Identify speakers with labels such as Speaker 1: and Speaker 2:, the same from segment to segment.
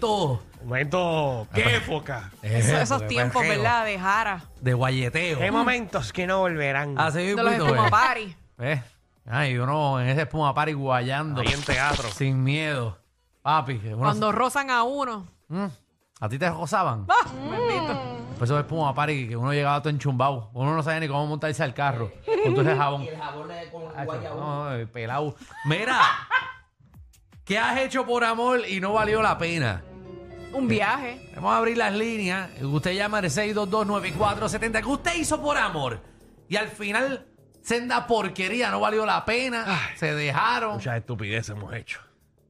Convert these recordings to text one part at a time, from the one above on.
Speaker 1: momento
Speaker 2: Momento,
Speaker 1: Ah,
Speaker 2: qué época.
Speaker 3: Eso-
Speaker 1: eh,
Speaker 3: esos
Speaker 2: de
Speaker 3: tiempos,
Speaker 2: perreo.
Speaker 3: ¿verdad? De jara.
Speaker 1: de guayeteo.
Speaker 2: Qué momentos que no volverán.
Speaker 1: Así
Speaker 3: De
Speaker 1: mismo,
Speaker 3: los espuma party.
Speaker 1: ¿ves? pues. Eh, Ay, uno en ese espuma party guayando.
Speaker 2: Ahí en teatro.
Speaker 1: Sin miedo. Papi, que uno-
Speaker 3: Cuando rozan a uno.
Speaker 1: Mm, ¿A ti te rozaban?
Speaker 3: ¡Ah! Bendito.
Speaker 1: Pues eso es espuma party, que uno llegaba todo enchumbado. Uno no sabía ni cómo montarse al carro. Con todo ese jabón. Ah, eso, no, eh, pelado. Mira, ¿qué has hecho por amor y no valió la pena?
Speaker 3: Un viaje.
Speaker 1: Vamos a abrir las líneas. Usted llama al 6229470. ¿Qué usted hizo por amor? Y al final, senda porquería, no valió la pena. se dejaron.
Speaker 2: Muchas estupideces hemos hecho.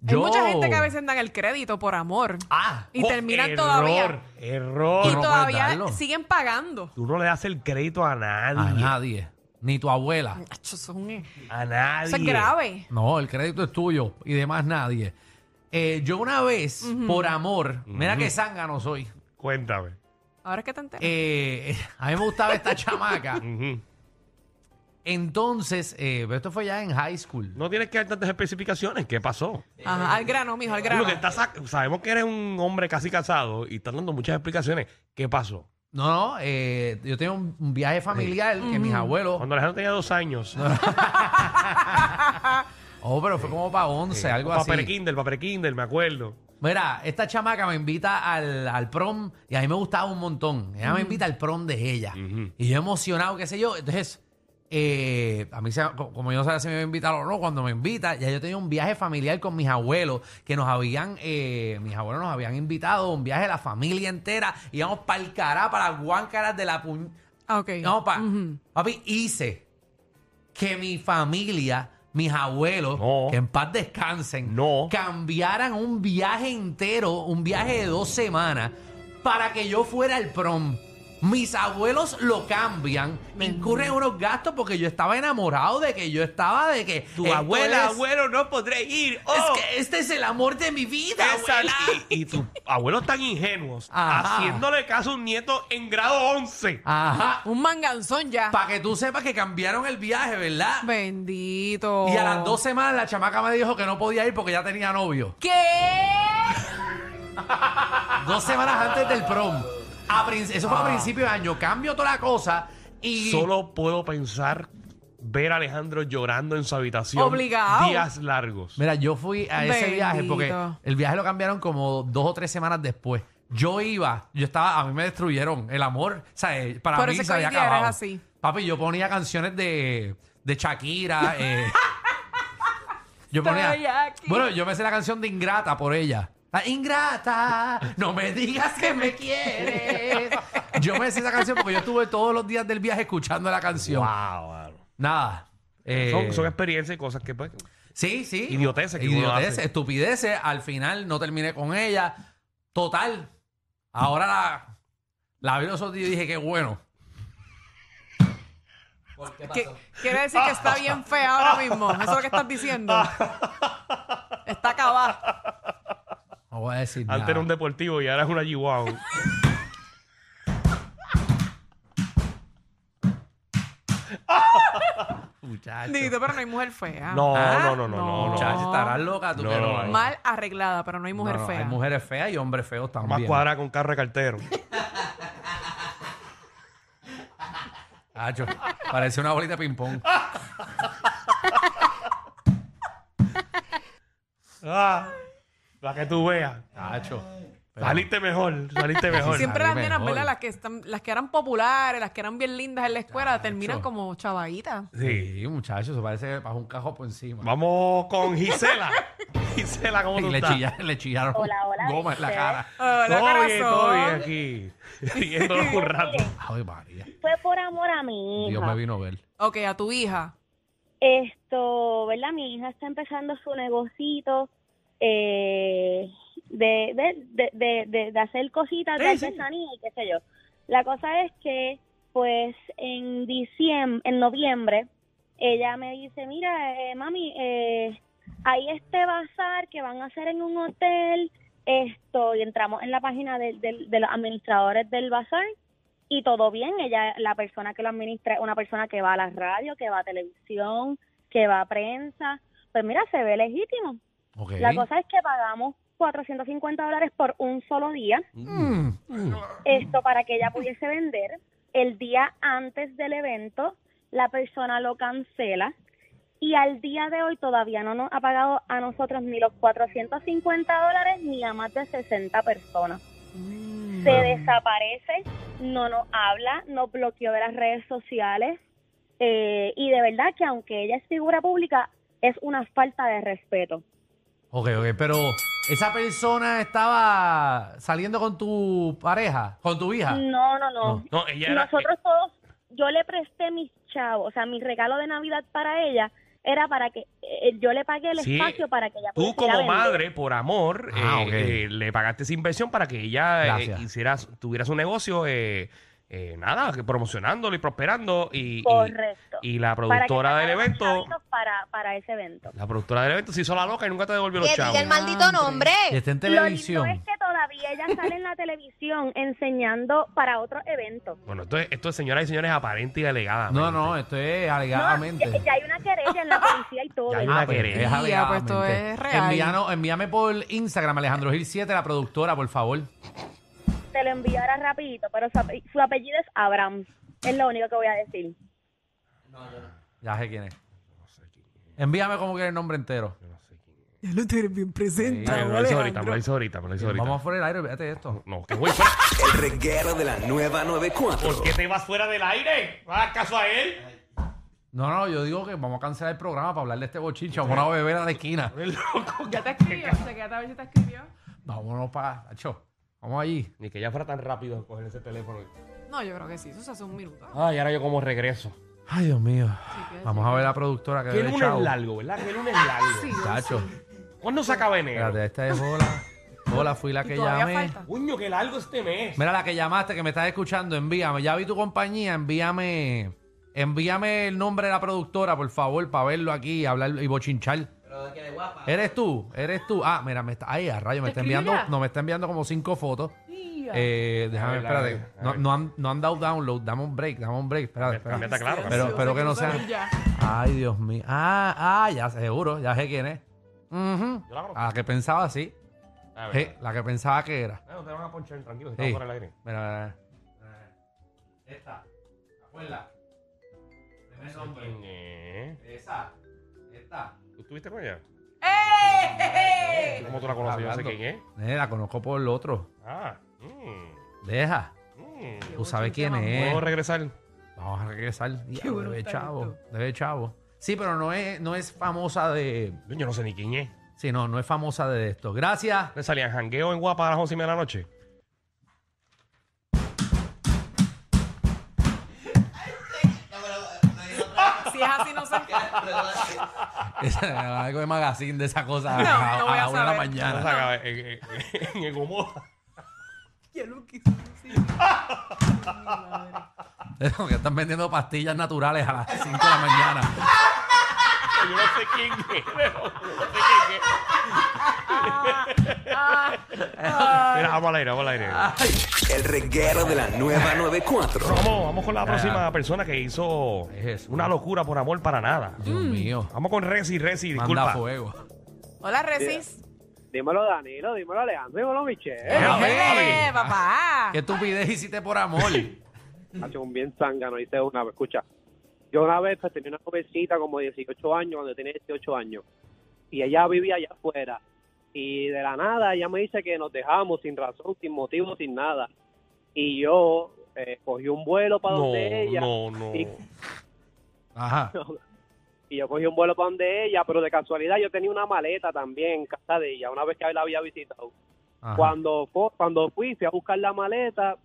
Speaker 1: Yo-
Speaker 3: Hay mucha gente que a veces dan el crédito por amor.
Speaker 1: Ah,
Speaker 3: y
Speaker 2: Oh,
Speaker 3: terminan
Speaker 2: error,
Speaker 3: todavía.
Speaker 2: Error.
Speaker 3: Y
Speaker 1: no puedes
Speaker 3: todavía
Speaker 1: darlo.
Speaker 3: siguen pagando.
Speaker 2: Tú no le das el crédito a nadie.
Speaker 1: a nadie. Ni tu abuela.
Speaker 3: Eso es, un- eh, eso
Speaker 2: A nadie.
Speaker 3: es grave.
Speaker 1: No, el crédito es tuyo y demás nadie. Eh, yo una vez, por amor, mira que zángano soy.
Speaker 2: Cuéntame.
Speaker 3: Ahora es que te enteras.
Speaker 1: Eh, a mí me gustaba esta chamaca.
Speaker 2: Ujú.
Speaker 1: Entonces, eh, pero esto fue ya en high school.
Speaker 2: No tienes que dar tantas especificaciones. ¿Qué pasó?
Speaker 1: eh,
Speaker 3: Ajá, al grano, mijo, al grano.
Speaker 2: Lo que estás sac- sabemos que eres un hombre casi casado y estás dando muchas explicaciones. ¿Qué pasó?
Speaker 1: No, no, eh, yo tenía un un viaje familiar que mis abuelos.
Speaker 2: Cuando Alejandro tenía dos años.
Speaker 1: Oh, pero fue como para 11, algo
Speaker 2: Papel
Speaker 1: así.
Speaker 2: Kindle, papel Kindle, me acuerdo.
Speaker 1: Mira, esta chamaca me invita al, al prom y a mí me gustaba un montón. Ella me invita al prom de ella.
Speaker 2: Ujú.
Speaker 1: Y yo emocionado, qué sé yo. Entonces, eh, a mí, se- co- como yo no sabía si me iba a invitar o no, cuando me invita, ya yo tenía un viaje familiar con mis abuelos que nos habían, eh, mis abuelos nos habían invitado a un viaje de la familia entera. Íbamos para el cará, para las guáncaras de la puñ...
Speaker 3: Ah, ok.
Speaker 1: No, pa-
Speaker 3: Ujú.
Speaker 1: papi, hice que mi familia, mis abuelos,
Speaker 2: No.
Speaker 1: que en paz descansen,
Speaker 2: No.
Speaker 1: cambiaran un viaje entero, un viaje de dos semanas, para que yo fuera al prom. Mis abuelos lo cambian, incurren en unos gastos porque yo estaba enamorado de que yo estaba de que
Speaker 2: Tu
Speaker 1: esto
Speaker 2: abuela,
Speaker 1: es-
Speaker 2: abuelo, no podré ir. Oh,
Speaker 1: Es que este es el amor de mi vida,
Speaker 2: esa-
Speaker 1: abuela.
Speaker 2: y, y tus abuelos tan ingenuos
Speaker 1: Ajá.
Speaker 2: haciéndole caso a un nieto en grado 11.
Speaker 1: Ajá.
Speaker 3: Un manganzón ya.
Speaker 1: Para que tú sepas que cambiaron el viaje, ¿verdad?
Speaker 3: Bendito.
Speaker 1: Y a las dos semanas la chamaca me dijo que no podía ir porque ya tenía novio.
Speaker 3: ¿Qué?
Speaker 1: Dos semanas antes del prom. A prin- eso fue a principio de año. Cambio toda la cosa y.
Speaker 2: Solo puedo pensar ver a Alejandro llorando en su habitación.
Speaker 3: Obligado.
Speaker 2: Días largos.
Speaker 1: Mira, yo fui a ese
Speaker 3: Bendito.
Speaker 1: viaje porque el viaje lo cambiaron como dos o tres semanas después. Yo iba, yo estaba, a mí me destruyeron el amor, o sea, eh, para
Speaker 3: Por
Speaker 1: mí
Speaker 3: eso es
Speaker 1: se
Speaker 3: que
Speaker 1: había
Speaker 3: hoy día eres
Speaker 1: acabado.
Speaker 3: así.
Speaker 1: Papi, yo ponía canciones de, de Shakira. eh, yo
Speaker 3: Estoy
Speaker 1: ponía.
Speaker 3: aquí.
Speaker 1: Bueno, yo me sé la canción de Ingrata por ella. La ingrata, no me digas que me quieres. Yo me sé esa canción porque yo estuve todos los días del viaje escuchando la canción.
Speaker 2: Wow, mano.
Speaker 1: Nada. eh,
Speaker 2: Son, son experiencias y cosas que pues,
Speaker 1: Sí, sí.
Speaker 2: Idioteces que uno
Speaker 1: Idioteces,
Speaker 2: hace.
Speaker 1: estupideces. Al final no terminé con ella. Total. Ahora la, la vi los otros días y dije, qué bueno.
Speaker 3: Que- quiere decir que está bien fea ahora mismo. Eso es lo que estás diciendo. Está acabada.
Speaker 1: No voy a decir
Speaker 2: antes
Speaker 1: nada.
Speaker 2: era un deportivo y ahora es una G-Wow.
Speaker 1: Muchacho.
Speaker 3: Dito, pero no hay mujer fea.
Speaker 2: No,
Speaker 1: Ah,
Speaker 2: no, no, no, no, no.
Speaker 1: Muchacho, estarás loca tú
Speaker 2: No,
Speaker 1: que no.
Speaker 2: no,
Speaker 1: hay.
Speaker 3: Mal arreglada, pero no hay
Speaker 1: No,
Speaker 3: mujer
Speaker 1: no,
Speaker 3: fea.
Speaker 1: Hay mujeres feas y hombres feos también.
Speaker 2: Más cuadrada con carro de cartero.
Speaker 1: Muchacho, parece una bolita de ping-pong.
Speaker 2: Ah, para que tú veas.
Speaker 1: Muchacho. Pero-
Speaker 2: Saliste mejor, saliste mejor.
Speaker 1: Sí, sí.
Speaker 3: Siempre
Speaker 1: Nadie
Speaker 3: las nenas,
Speaker 1: mejor.
Speaker 3: ¿verdad? Las que, están, las que eran populares, las que eran bien lindas en la escuela, terminan
Speaker 1: Chacho.
Speaker 3: como chavaditas.
Speaker 2: Sí.
Speaker 1: Sí, muchacho, se parece que pasó un cajo por encima.
Speaker 2: Vamos con Gisela. Gisela, ¿cómo
Speaker 1: Y
Speaker 2: tú
Speaker 1: le
Speaker 2: estás?
Speaker 1: chillaron, le chillaron
Speaker 4: Hola, hola,
Speaker 1: goma en la
Speaker 4: ¿ustedes?
Speaker 1: cara.
Speaker 3: Hola,
Speaker 2: todo bien, todo bien
Speaker 3: corazón.
Speaker 2: aquí. Riéndonos un rato.
Speaker 1: Ay, María.
Speaker 4: Fue por amor a mi
Speaker 1: Dios
Speaker 4: hija.
Speaker 1: me vino a ver.
Speaker 3: Ok, a tu hija.
Speaker 4: Esto, ¿verdad? Mi hija está empezando su negocito eh, de, de, de, de, de- de hacer cositas de
Speaker 3: Sí, sí.
Speaker 4: artesanía y qué sé yo. La cosa es que, pues, en diciembre, en noviembre, ella me dice, mira, eh, mami, eh, hay este bazar que van a hacer en un hotel, esto, y entramos en la página del- del- de los administradores del bazar y todo bien. Ella, la persona que lo administra, es una persona que va a la radio, que va a televisión, que va a prensa. Pues mira, se ve legítimo.
Speaker 1: Ok.
Speaker 4: La cosa es que pagamos 450 dólares por un solo día,
Speaker 1: Mm.
Speaker 4: esto para que ella pudiese vender. El día antes del evento, la persona lo cancela y al día de hoy todavía no nos ha pagado a nosotros ni los 450 dólares ni a más de 60 personas. Se desaparece, no nos habla, nos bloqueó de las redes sociales eh, y de verdad que aunque ella es figura pública, es una falta de respeto.
Speaker 1: Ok, ok, pero esa persona estaba saliendo con tu pareja, con tu hija.
Speaker 4: No, no, no.
Speaker 1: Ah. No.
Speaker 2: No, ella era.
Speaker 4: Nosotros todos, yo le presté mis chavos, o sea, mi regalo de Navidad para ella era para que eh, yo le pagué el
Speaker 2: Sí,
Speaker 4: espacio para que ella
Speaker 2: eh, Tú
Speaker 4: pudiese ir a
Speaker 2: como
Speaker 4: vender.
Speaker 2: madre, por amor,
Speaker 1: Ah,
Speaker 2: eh,
Speaker 1: ok.
Speaker 2: eh, le pagaste esa inversión para que ella eh,
Speaker 1: Gracias.
Speaker 2: hiciera, su- tuviera su negocio, eh, eh, nada, que promocionándolo y prosperando. Y, y-
Speaker 4: Correcto.
Speaker 2: y la
Speaker 4: Para que
Speaker 2: productora del
Speaker 4: pagara los
Speaker 2: evento,
Speaker 4: chavitos Para, para ese evento.
Speaker 2: la productora del evento se hizo la loca y nunca te devolvió los
Speaker 5: Que diga el
Speaker 2: chavos.
Speaker 5: maldito nombre.
Speaker 1: Y está en
Speaker 4: Lo lindo
Speaker 1: televisión.
Speaker 4: es que todavía ella sale en la televisión enseñando para otros eventos.
Speaker 2: Bueno, esto es, esto es, señoras y señores, aparente y Eh, alegadamente.
Speaker 1: No, no, esto es
Speaker 4: No,
Speaker 1: alegadamente.
Speaker 4: ya, ya hay una querella en la policía y todo.
Speaker 2: Ya hay
Speaker 1: Ah,
Speaker 2: una
Speaker 1: pues,
Speaker 2: querella.
Speaker 1: es
Speaker 3: Ya, pues, esto
Speaker 1: alegadamente.
Speaker 3: es real.
Speaker 1: Envíanos- envíame por Instagram, Alejandro Gil 7, la productora, por favor.
Speaker 4: Te lo enviará rapidito, pero su, ape- su apellido es Abrams. Es lo único que voy a decir.
Speaker 1: Ya sé quién es. Envíame como que el nombre entero.
Speaker 3: Ya lo tienes bien presentado,
Speaker 2: Ay, me lo hizo ahorita, me
Speaker 3: Alejandro.
Speaker 2: lo hizo ahorita, me lo hizo ahorita.
Speaker 1: Vamos fuera del aire, olvídate de esto.
Speaker 2: No, que voy fuera.
Speaker 6: El reguero de la nueva 94.
Speaker 2: ¿Por qué te vas fuera del aire? ¿Vas acaso a él?
Speaker 1: No, no, yo digo que vamos a cancelar el programa para hablar de este bochincho. Vamos a beber a la esquina.
Speaker 3: Ya te escribió, se queda a ver si te escribió.
Speaker 1: Vámonos para. Acho, Vamos allí.
Speaker 2: Ni que ya fuera tan rápido en coger ese teléfono.
Speaker 3: No, yo creo que sí, eso se hace un minuto.
Speaker 2: Ay, ahora yo como regreso.
Speaker 1: Ay, Dios mío.
Speaker 3: que-
Speaker 1: Vamos a ver la productora que
Speaker 2: Qué
Speaker 1: debe
Speaker 2: lunes
Speaker 1: chavo.
Speaker 2: largo, ¿verdad? Qué lunes largo.
Speaker 3: Sí,
Speaker 1: Chacho.
Speaker 2: ¿Cuándo se acaba enero?
Speaker 1: Espérate, esta es Hola. Hola, fui la
Speaker 3: Y
Speaker 1: que
Speaker 3: todavía
Speaker 1: llamé.
Speaker 3: falta.
Speaker 2: Coño, qué largo este mes.
Speaker 1: Mira, la que llamaste, que me estás escuchando, envíame. Ya vi tu compañía, envíame. Envíame el nombre de la productora, por favor, para verlo aquí y hablar y bochinchar. Eres tú, eres tú. Ah, mira, me está. Ay, a rayo, me
Speaker 3: ¿Te
Speaker 1: está enviando.
Speaker 3: escribió ya?
Speaker 1: No, me está enviando como cinco fotos.
Speaker 3: Tía.
Speaker 1: Eh, déjame,
Speaker 2: A ver, a ver,
Speaker 1: espérate.
Speaker 2: a
Speaker 1: No,
Speaker 2: ver.
Speaker 1: no han, no han dado download. Dame un break, dame un break. Espérate,
Speaker 2: También
Speaker 1: espérate.
Speaker 2: está claro.
Speaker 1: Pero-
Speaker 3: Sí,
Speaker 1: pero que no
Speaker 3: sí,
Speaker 1: sea-
Speaker 3: sí, ya.
Speaker 1: Ay, Dios mío. Ah, ah, ya seguro, ya sé quién es. Ujú.
Speaker 2: Yo la conozco.
Speaker 1: A la que pensaba, sí.
Speaker 2: A ver.
Speaker 1: Ah, Sí, la que pensaba que era.
Speaker 2: Ah, No te van a ponchar, tranquilo,
Speaker 1: Sí.
Speaker 2: estamos fuera del aire.
Speaker 1: Mira, mira, mira. Esta. Acuérdate. Primer
Speaker 2: ¿Quién es?
Speaker 1: Esa. Esta.
Speaker 2: ¿Tú estuviste con ella?
Speaker 3: ¡Eh!
Speaker 2: ¿Cómo tú la conoces? Yo no sé
Speaker 1: Hablando.
Speaker 2: quién es.
Speaker 1: Eh, la conozco por el otro.
Speaker 2: Ah. mm,
Speaker 1: Deja.
Speaker 2: mm.
Speaker 1: Tú sabes quién es.
Speaker 2: ¿Puedo regresar?
Speaker 1: Vamos a regresar. Diablo,
Speaker 3: bueno
Speaker 1: debe
Speaker 3: está
Speaker 1: chavo.
Speaker 3: esto.
Speaker 1: Debe chavo. Sí, pero no es, no es famosa de.
Speaker 2: Yo no sé ni quién es.
Speaker 1: Sí, no, no es famosa de esto. Gracias.
Speaker 2: ¿Le salían jangueo en guapa a las 11 y media de la noche?
Speaker 3: Si es así, no sé.
Speaker 1: Esa- Algo de magazine de esa cosa
Speaker 3: No,
Speaker 1: a, a
Speaker 3: no voy
Speaker 1: la
Speaker 3: a
Speaker 1: una de la
Speaker 3: saber.
Speaker 2: No
Speaker 1: mañana.
Speaker 2: se acaba, eh, eh, en el Gomoda.
Speaker 3: Ya lo quiso decir. Ay, madre.
Speaker 1: que están vendiendo pastillas naturales a las 5 de la mañana.
Speaker 2: Yo no sé quién es. pero Yo no sé quién es.
Speaker 1: Ah,
Speaker 2: Mira, vamos al aire, vamos al aire.
Speaker 6: El reguero de la nueva 94.
Speaker 2: Vamos, vamos con la próxima persona que hizo
Speaker 1: Es eso.
Speaker 2: una locura por amor para nada.
Speaker 1: Dios mío.
Speaker 2: Vamos con Resi, Resi,
Speaker 1: Manda
Speaker 2: disculpa.
Speaker 1: Mm. fuego.
Speaker 3: Hola, Resis.
Speaker 7: Dímelo Danilo, dímelo Alejandro, dímelo Michelle.
Speaker 2: Eh,
Speaker 3: ¡Eh,
Speaker 2: eh,
Speaker 3: papá!
Speaker 1: ¿Qué estupidez hiciste por amor?
Speaker 7: Hace un bien zángano, hice una vez, escucha. Yo una vez pues, tenía una jovencita como de 18 años, cuando yo tenía 18 años, y ella vivía allá afuera. Y de la nada ella me dice que nos dejamos sin razón, sin motivo, sin nada. Y yo eh, cogí un vuelo para
Speaker 2: No,
Speaker 7: donde ella.
Speaker 2: no, no.
Speaker 7: Y,
Speaker 1: Ajá.
Speaker 7: y yo cogí un vuelo para donde ella, pero de casualidad yo tenía una maleta también en casa de ella, una vez que la había visitado.
Speaker 1: ajá.
Speaker 7: Cuando, fo- cuando fui, fui a buscar la maleta.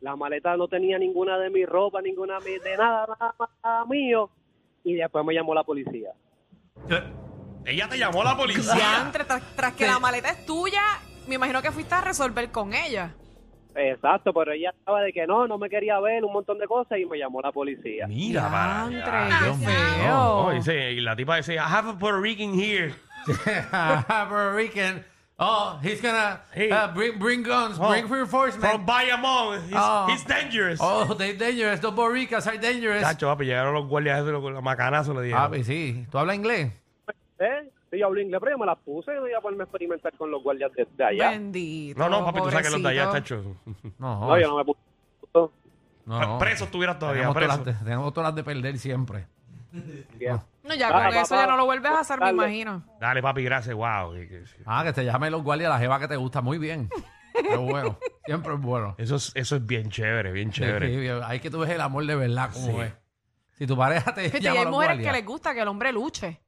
Speaker 7: La maleta no tenía ninguna de mi ropa, ninguna mi- de nada, nada, nada mío. Y después me llamó la policía.
Speaker 2: Ella te llamó a la policía.
Speaker 3: Diantre, tras, tras que la maleta es tuya, me imagino que fuiste a resolver con ella.
Speaker 7: Exacto, pero ella estaba de que no, no me quería ver, un montón de cosas, y me llamó la policía.
Speaker 2: Mira, para allá.
Speaker 3: Diantre,
Speaker 1: Dios
Speaker 3: qué
Speaker 1: mío.
Speaker 3: feo.
Speaker 2: No, dice, y la tipa dice, I have a Puerto Rican here.
Speaker 1: Puerto Rican. Oh, he's gonna
Speaker 2: Hey.
Speaker 1: uh, bring, bring guns,
Speaker 2: Oh,
Speaker 1: bring
Speaker 2: From
Speaker 1: reinforcement.
Speaker 2: Bayamón. He's,
Speaker 1: Oh.
Speaker 2: he's dangerous.
Speaker 1: Oh, they're dangerous. Los boricas are dangerous. Ah, pues
Speaker 2: Chacho, papi, llegaron los guardias esos, los- los macanazos, le dijeron.
Speaker 1: Papi, sí. ¿Tú hablas inglés?
Speaker 7: ¿Eh? Y yo hablé inglés, pero yo me las puse y no iba a ponerme a experimentar con los guardias de, de allá.
Speaker 3: Bendito.
Speaker 2: No, no, papi, tú sabes que los de allá,
Speaker 3: pobrecito.
Speaker 2: chacho.
Speaker 1: No,
Speaker 7: No, yo no me puse.
Speaker 1: no, no.
Speaker 2: Presos estuvieras todavía,
Speaker 1: Tenemos todas
Speaker 2: presos.
Speaker 1: las de- tenemos todas las de perder siempre.
Speaker 3: No, ya
Speaker 7: Dale,
Speaker 3: con eso
Speaker 7: papá,
Speaker 3: ya no lo vuelves a hacer, me
Speaker 7: dale.
Speaker 3: imagino.
Speaker 2: Dale, papi, gracias, wow. que- que-
Speaker 1: Ah, que te llame los guardias la jeva que te gusta. Muy bien. Qué bueno. Siempre es bueno.
Speaker 2: Eso es, eso es bien chévere, bien
Speaker 1: Sí,
Speaker 2: chévere.
Speaker 1: bien. Ahí que tú ves el amor de verdad, como
Speaker 2: Sí.
Speaker 1: es. Si tu pareja te
Speaker 3: Fíjate, y
Speaker 1: llama
Speaker 3: hay
Speaker 1: los
Speaker 3: mujeres que
Speaker 1: guardias,
Speaker 3: les gusta que el hombre luche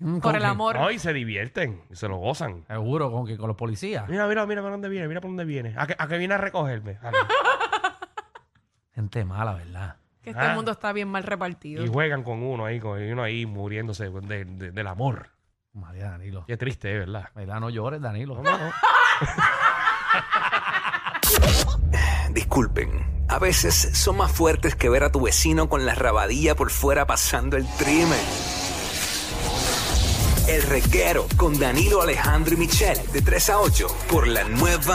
Speaker 1: mm,
Speaker 3: por
Speaker 1: ¿con
Speaker 3: el
Speaker 1: qué?
Speaker 3: amor.
Speaker 2: No, y se divierten, y se lo gozan.
Speaker 1: Seguro, con, que, con los policías.
Speaker 2: Mira, mira, mira por dónde viene, mira por dónde viene. ¿A qué, a qué viene a recogerme? Ah,
Speaker 1: Gente mala, ¿verdad?
Speaker 3: Que este
Speaker 2: Ah.
Speaker 3: mundo está bien mal
Speaker 2: no.
Speaker 3: repartido.
Speaker 2: y juegan con uno ahí, con y uno ahí muriéndose de- de- del amor.
Speaker 1: María Danilo.
Speaker 2: Qué triste, ¿eh? ¿verdad?
Speaker 1: ¿Verdad? No llores, Danilo.
Speaker 6: Disculpen, a veces son más fuertes que ver a tu vecino con la rabadilla por fuera pasando el trimen. El reguero con Danilo Alejandro y Michel de 3 a 8 por la nueva...